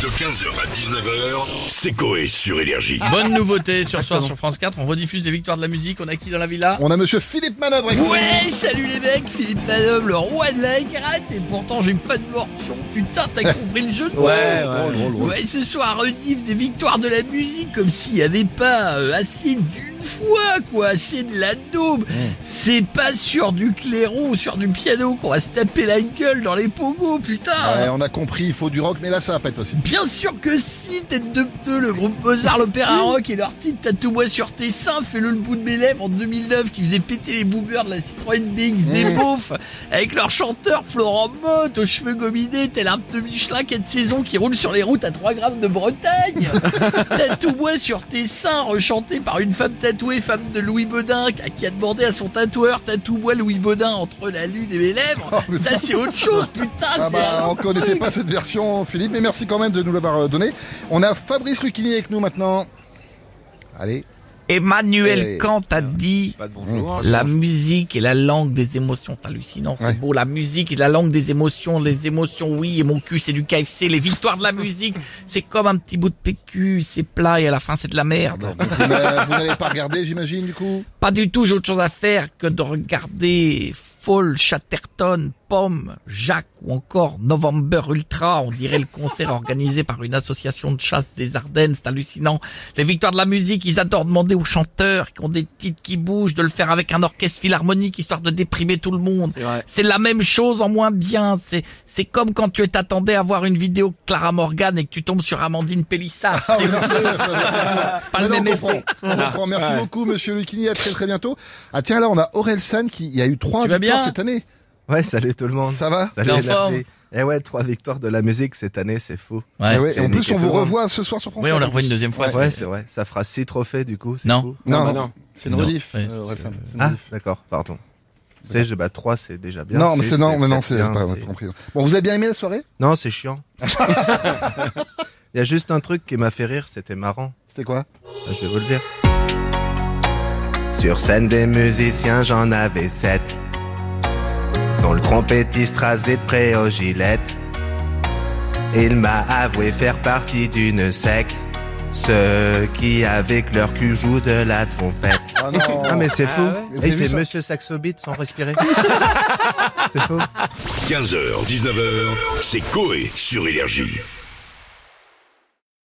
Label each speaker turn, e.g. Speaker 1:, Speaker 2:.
Speaker 1: De 15h à 19h, c'est Coé sur Énergie.
Speaker 2: Bonne nouveauté sur soir sur France 4, on rediffuse les victoires de la musique, on a qui dans la villa
Speaker 3: On a monsieur Philippe Manœuvre. avec nous.
Speaker 2: Ouais, salut les mecs, Philippe Manom, le roi de la gratte, et pourtant j'ai pas de morpion. Putain, t'as compris le jeu de mots
Speaker 3: c'est drôle, drôle, drôle.
Speaker 2: Ouais, ce soir, rediff des victoires de la musique, comme s'il n'y avait pas euh, assez d'une fois, quoi, assez de la daube. C'est pas sur du clairon ou sur du piano qu'on va se taper la gueule dans les pogos, putain
Speaker 3: Ouais, on a compris, il faut du rock, mais là ça va pas être possible.
Speaker 2: Bien sûr que si, tête de pneu, le groupe Mozart, l'opéra rock et leur titre Tatoue-moi sur tes seins, fais-le le bout de mes lèvres en 2009 qui faisait péter les boomers de la Citroën BX des
Speaker 3: Mmh.
Speaker 2: beaufs avec leur chanteur Florent Mott aux cheveux gominés tel un pneu Michelin 4 saisons qui roule sur les routes à 3 grammes de Bretagne. Tatoue-moi sur tes seins rechanté par une femme tatouée, femme de Louis Baudin qui a demandé à son tatoueur Tatoue-moi Louis Baudin entre la lune et mes lèvres.
Speaker 3: Oh, mais
Speaker 2: Ça c'est autre chose putain,
Speaker 3: Ah
Speaker 2: c'est un
Speaker 3: bah, on connaissait pas cette version, Philippe, mais merci quand même de nous l'avoir euh, donné. On a Fabrice Lucchini avec nous maintenant. Allez.
Speaker 2: Emmanuel
Speaker 3: Eh.
Speaker 2: Kant a dit la musique est la langue des émotions. C'est hallucinant, c'est
Speaker 3: Ouais.
Speaker 2: beau. La musique est la langue des émotions. Les émotions, oui, et mon cul, c'est du KFC. Les victoires de la musique, c'est comme un petit bout de PQ, c'est plat et à la fin, c'est de la merde.
Speaker 3: Bon, donc, vous n'a- vous n'allez pas regarder, j'imagine, du coup
Speaker 2: Pas du tout, j'ai autre chose à faire que de regarder Fall, Chatterton, Pomme, Jacques ou encore November Ultra. On dirait le concert organisé par une association de chasse des Ardennes. C'est hallucinant. Les victoires de la musique, ils adorent demander aux chanteurs qui ont des titres qui bougent de le faire avec un orchestre philharmonique histoire de déprimer tout le monde. C'est la même chose en moins bien. C'est, c'est comme quand tu t'attendais à voir une vidéo de Clara Morgan et que tu tombes sur Amandine Pélissard.
Speaker 3: Ah
Speaker 2: C'est
Speaker 3: oui, merci, Fabrice.
Speaker 2: pas le
Speaker 3: Maintenant,
Speaker 2: même
Speaker 3: on comprend.
Speaker 2: effet.
Speaker 3: On comprend. Merci beaucoup, monsieur Lucchini. À très très bientôt. Ah tiens, là, on a Aurel San qui il y a eu trois
Speaker 2: Tu vas
Speaker 3: victoires
Speaker 2: bien
Speaker 3: cette année.
Speaker 4: Ouais, salut tout le monde.
Speaker 3: Ça va
Speaker 4: Salut
Speaker 2: T'es en
Speaker 4: énergie.
Speaker 2: forme
Speaker 4: Eh ouais, trois victoires de la musique cette année, c'est fou.
Speaker 3: Eh ouais, et En
Speaker 4: j'ai
Speaker 3: plus,
Speaker 4: niqué
Speaker 3: on
Speaker 4: tout
Speaker 3: vous
Speaker 4: le monde.
Speaker 3: revoit ce soir sur France.
Speaker 2: Oui, on
Speaker 3: Télé.
Speaker 2: la revoit une deuxième fois.
Speaker 4: Ouais, c'est vrai. Ça fera six trophées du coup, c'est
Speaker 2: Non.
Speaker 4: fou.
Speaker 3: Non,
Speaker 5: bah
Speaker 3: Ah non,
Speaker 5: non.
Speaker 3: c'est une
Speaker 2: Non,
Speaker 3: rediff.
Speaker 2: ouais,
Speaker 3: euh,
Speaker 2: parce
Speaker 3: Aurel
Speaker 2: que-
Speaker 3: San. C'est une
Speaker 4: Ah,
Speaker 3: rediff.
Speaker 4: d'accord, pardon. Tu sais, je- bah trois c'est déjà bien.
Speaker 3: Non, mais
Speaker 4: six,
Speaker 3: c'est non, mais non,
Speaker 4: peut-être
Speaker 3: c'est
Speaker 4: bien,
Speaker 3: c'est pas
Speaker 4: c'est-
Speaker 3: compris. Bon, vous avez bien aimé la soirée
Speaker 4: Non, c'est chiant. Il y a juste un truc qui m'a fait rire, c'était marrant.
Speaker 3: C'était quoi
Speaker 4: Ah, Je vais vous le dire. Sur scène des musiciens, j'en avais sept. Dont le trompettiste rasé de près aux gilettes. Il m'a avoué faire partie d'une secte. Ceux qui, avec leur cul, jouent de la trompette.
Speaker 3: Ah non.
Speaker 4: Ah, mais c'est fou.
Speaker 3: Vous
Speaker 4: Et
Speaker 3: avez
Speaker 4: Il
Speaker 3: vu
Speaker 4: fait
Speaker 3: ça
Speaker 4: Monsieur Saxobit sans respirer. c'est fou.
Speaker 1: 15h, 19h, c'est Coé sur Énergie.